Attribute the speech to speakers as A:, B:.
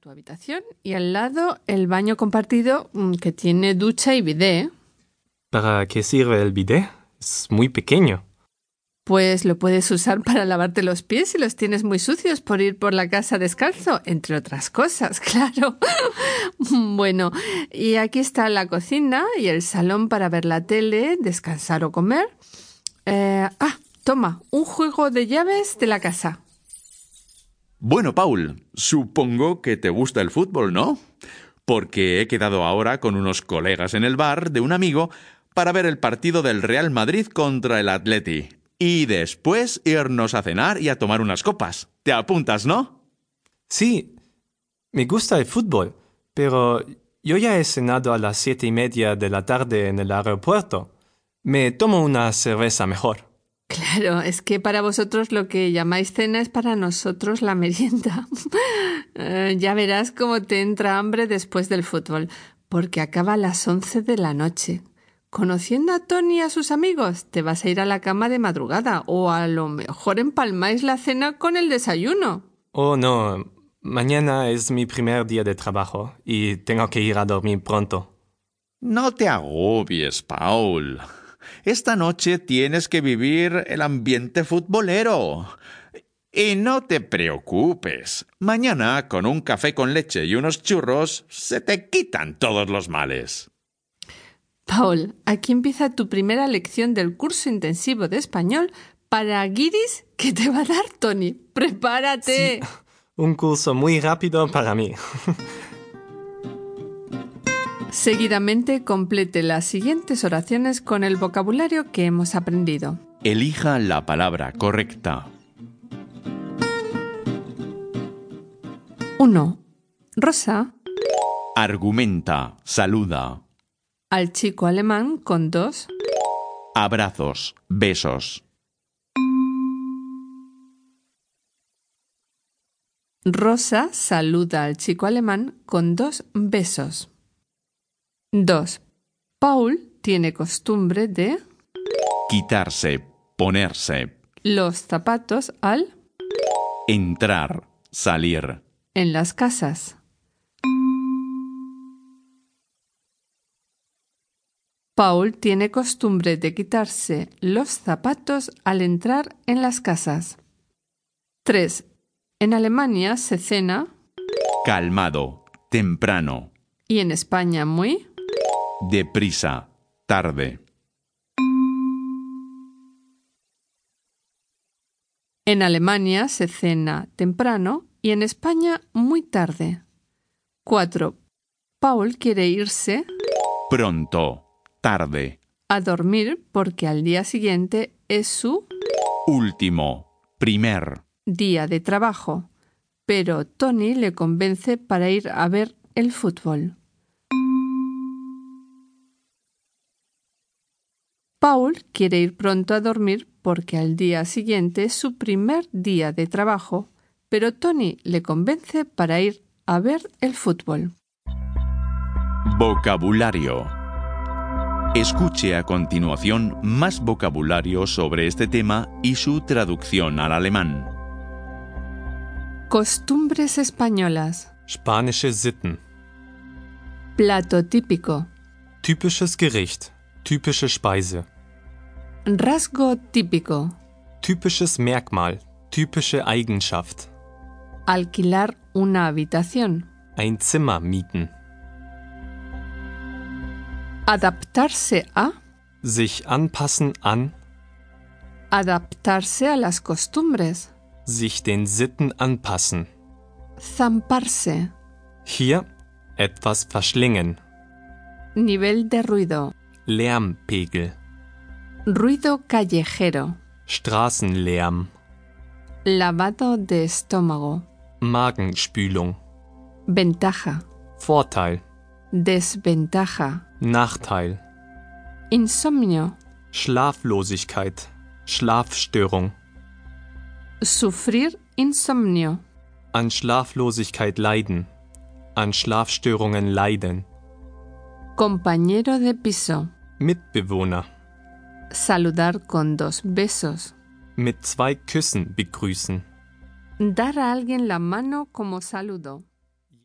A: tu habitación y al lado el baño compartido mm, que tiene ducha y bidé.
B: ¿Para qué sirve el bidet? Es muy pequeño.
A: Pues lo puedes usar para lavarte los pies si los tienes muy sucios por ir por la casa descalzo, entre otras cosas, claro. bueno, y aquí está la cocina y el salón para ver la tele, descansar o comer. Eh, ah, toma, un juego de llaves de la casa.
C: Bueno, Paul, supongo que te gusta el fútbol, ¿no? Porque he quedado ahora con unos colegas en el bar de un amigo para ver el partido del Real Madrid contra el Atleti. Y después irnos a cenar y a tomar unas copas. ¿Te apuntas, no?
B: Sí, me gusta el fútbol, pero yo ya he cenado a las siete y media de la tarde en el aeropuerto. Me tomo una cerveza mejor.
A: Claro, es que para vosotros lo que llamáis cena es para nosotros la merienda. Eh, ya verás cómo te entra hambre después del fútbol, porque acaba a las once de la noche. Conociendo a Tony y a sus amigos, te vas a ir a la cama de madrugada o a lo mejor empalmáis la cena con el desayuno.
B: Oh, no, mañana es mi primer día de trabajo y tengo que ir a dormir pronto.
C: No te agobies, Paul. Esta noche tienes que vivir el ambiente futbolero. Y no te preocupes. Mañana, con un café con leche y unos churros, se te quitan todos los males.
A: Paul, aquí empieza tu primera lección del curso intensivo de español para guiris que te va a dar Tony. ¡Prepárate!
B: Un curso muy rápido para mí.
A: Seguidamente complete las siguientes oraciones con el vocabulario que hemos aprendido.
C: Elija la palabra correcta.
A: 1. Rosa,
C: Argumenta, saluda.
A: al chico alemán con dos.
C: Abrazos, besos.
A: Rosa saluda al chico alemán con dos besos. 2. Paul tiene costumbre de
C: Quitarse, ponerse.
A: los zapatos al
C: Entrar, salir.
A: en las casas. Paul tiene costumbre de quitarse los zapatos al entrar en las casas. 3. En Alemania se cena
C: Calmado, temprano.
A: y en España muy.
C: Deprisa, tarde.
A: En Alemania se cena temprano y en España muy tarde. 4. Paul quiere irse
C: Pronto, tarde.
A: a dormir porque al día siguiente es su
C: Último, primer.
A: día de trabajo, pero Tony le convence para ir a ver el fútbol. Paul quiere ir pronto a dormir porque al día siguiente es su primer día de trabajo, pero Tony le convence para ir a ver el fútbol.
C: Vocabulario. Escuche a continuación más vocabulario sobre este tema y su traducción al alemán.
A: Costumbres españolas.
B: Spanische Sitten.
A: Plato típico.
B: Typisches Gericht. Typische Speise.
A: Rasgo típico.
B: Typisches Merkmal. Typische Eigenschaft.
A: Alquilar una habitación.
B: Ein Zimmer mieten.
A: Adaptarse a.
B: Sich anpassen an.
A: Adaptarse a las costumbres.
B: Sich den Sitten anpassen.
A: Zamparse.
B: Hier etwas verschlingen.
A: Nivel de ruido.
B: Lärmpegel.
A: Ruido callejero.
B: Straßenlärm.
A: Lavado de estómago.
B: Magenspülung.
A: Ventaja.
B: Vorteil.
A: Desventaja.
B: Nachteil.
A: Insomnio.
B: Schlaflosigkeit. Schlafstörung.
A: Sufrir insomnio.
B: An Schlaflosigkeit leiden. An Schlafstörungen leiden.
A: Compañero de piso.
B: Mitbewohner.
A: Saludar con dos besos.
B: Mit zwei Küssen begrüßen.
A: Dar a alguien la mano como saludo.